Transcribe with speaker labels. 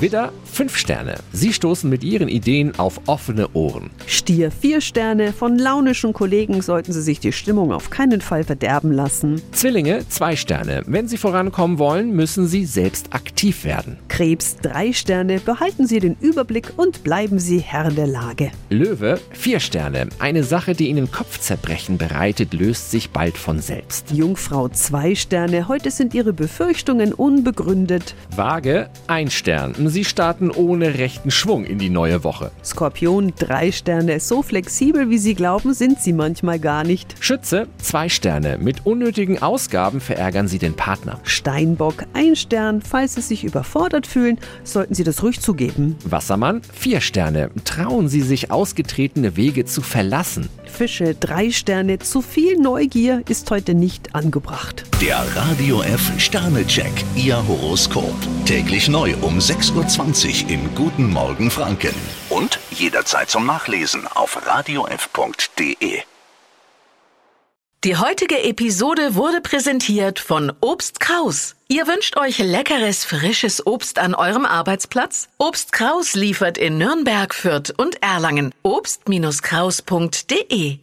Speaker 1: Widder, 5 Sterne. Sie stoßen mit ihren Ideen auf offene Ohren.
Speaker 2: Stier, vier Sterne. Von launischen Kollegen sollten Sie sich die Stimmung auf keinen Fall verderben lassen.
Speaker 1: Zwillinge, 2 Sterne. Wenn Sie vorankommen wollen, müssen Sie selbst aktiv werden.
Speaker 2: Krebs, drei Sterne. Behalten Sie den Überblick und bleiben Sie Herr der Lage.
Speaker 1: Löwe, 4 Sterne. Eine Sache, die Ihnen Kopfzerbrechen bereitet, löst sich bald von selbst.
Speaker 2: Jungfrau, zwei Sterne. Heute sind Ihre Befürchtungen unbegründet.
Speaker 1: Waage, 1 Stern. Sie starten ohne rechten Schwung in die neue Woche.
Speaker 2: Skorpion, drei Sterne. So flexibel, wie Sie glauben, sind Sie manchmal gar nicht.
Speaker 1: Schütze, 2 Sterne. Mit unnötigen Ausgaben verärgern Sie den Partner.
Speaker 2: Steinbock, ein Stern. Falls Sie sich überfordert fühlen, sollten Sie das ruhig zugeben.
Speaker 1: Wassermann, 4 Sterne. Trauen Sie sich, ausgetretene Wege zu verlassen.
Speaker 2: Fische, drei Sterne. Zu viel Neugier ist heute nicht angebracht.
Speaker 3: Der Radio F Sternecheck, Ihr Horoskop. Täglich neu um 6.20 Uhr im Guten Morgen Franken. Und jederzeit zum Nachlesen auf radiof.de.
Speaker 4: Die heutige Episode wurde präsentiert von Obst Kraus. Ihr wünscht euch leckeres, frisches Obst an eurem Arbeitsplatz? Obst Kraus liefert in Nürnberg, Fürth und Erlangen. Obst-Kraus.de